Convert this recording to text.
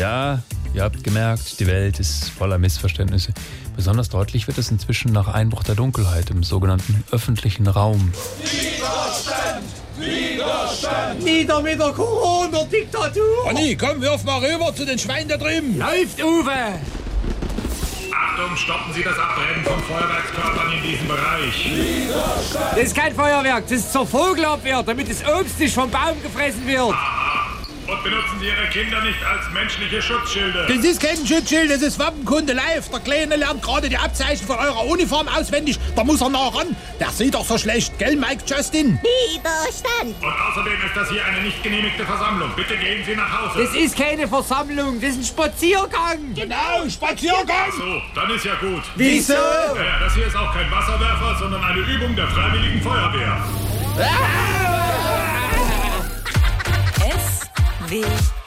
Ja, ihr habt gemerkt, die Welt ist voller Missverständnisse. Besonders deutlich wird es inzwischen nach Einbruch der Dunkelheit im sogenannten öffentlichen Raum. Widerstand! Widerstand! Nieder mit der Corona-Diktatur! Anni, komm, wirf mal rüber zu den Schweinen da drüben! Läuft, Uwe! Achtung, stoppen Sie das Abbrennen von Feuerwerkskörpern in diesem Bereich. Widerstand! Das ist kein Feuerwerk, das ist zur Vogelabwehr, damit das Obst nicht vom Baum gefressen wird. Aha. Und benutzen Sie Ihre Kinder nicht als menschliche Schutzschilde. Das ist kein Schutzschild, das ist Wappenkunde live. Der Kleine lernt gerade die Abzeichen von eurer Uniform auswendig. Da muss er nah ran. Der sieht doch so schlecht, gell, Mike Justin? Widerstand! Und außerdem ist das hier eine nicht genehmigte Versammlung. Bitte gehen Sie nach Hause. Das ist keine Versammlung, das ist ein Spaziergang. Genau, Spaziergang. So, dann ist ja gut. Wieso? Naja, das hier ist auch kein Wasserwerfer, sondern eine Übung der Freiwilligen Feuerwehr. Ah! SW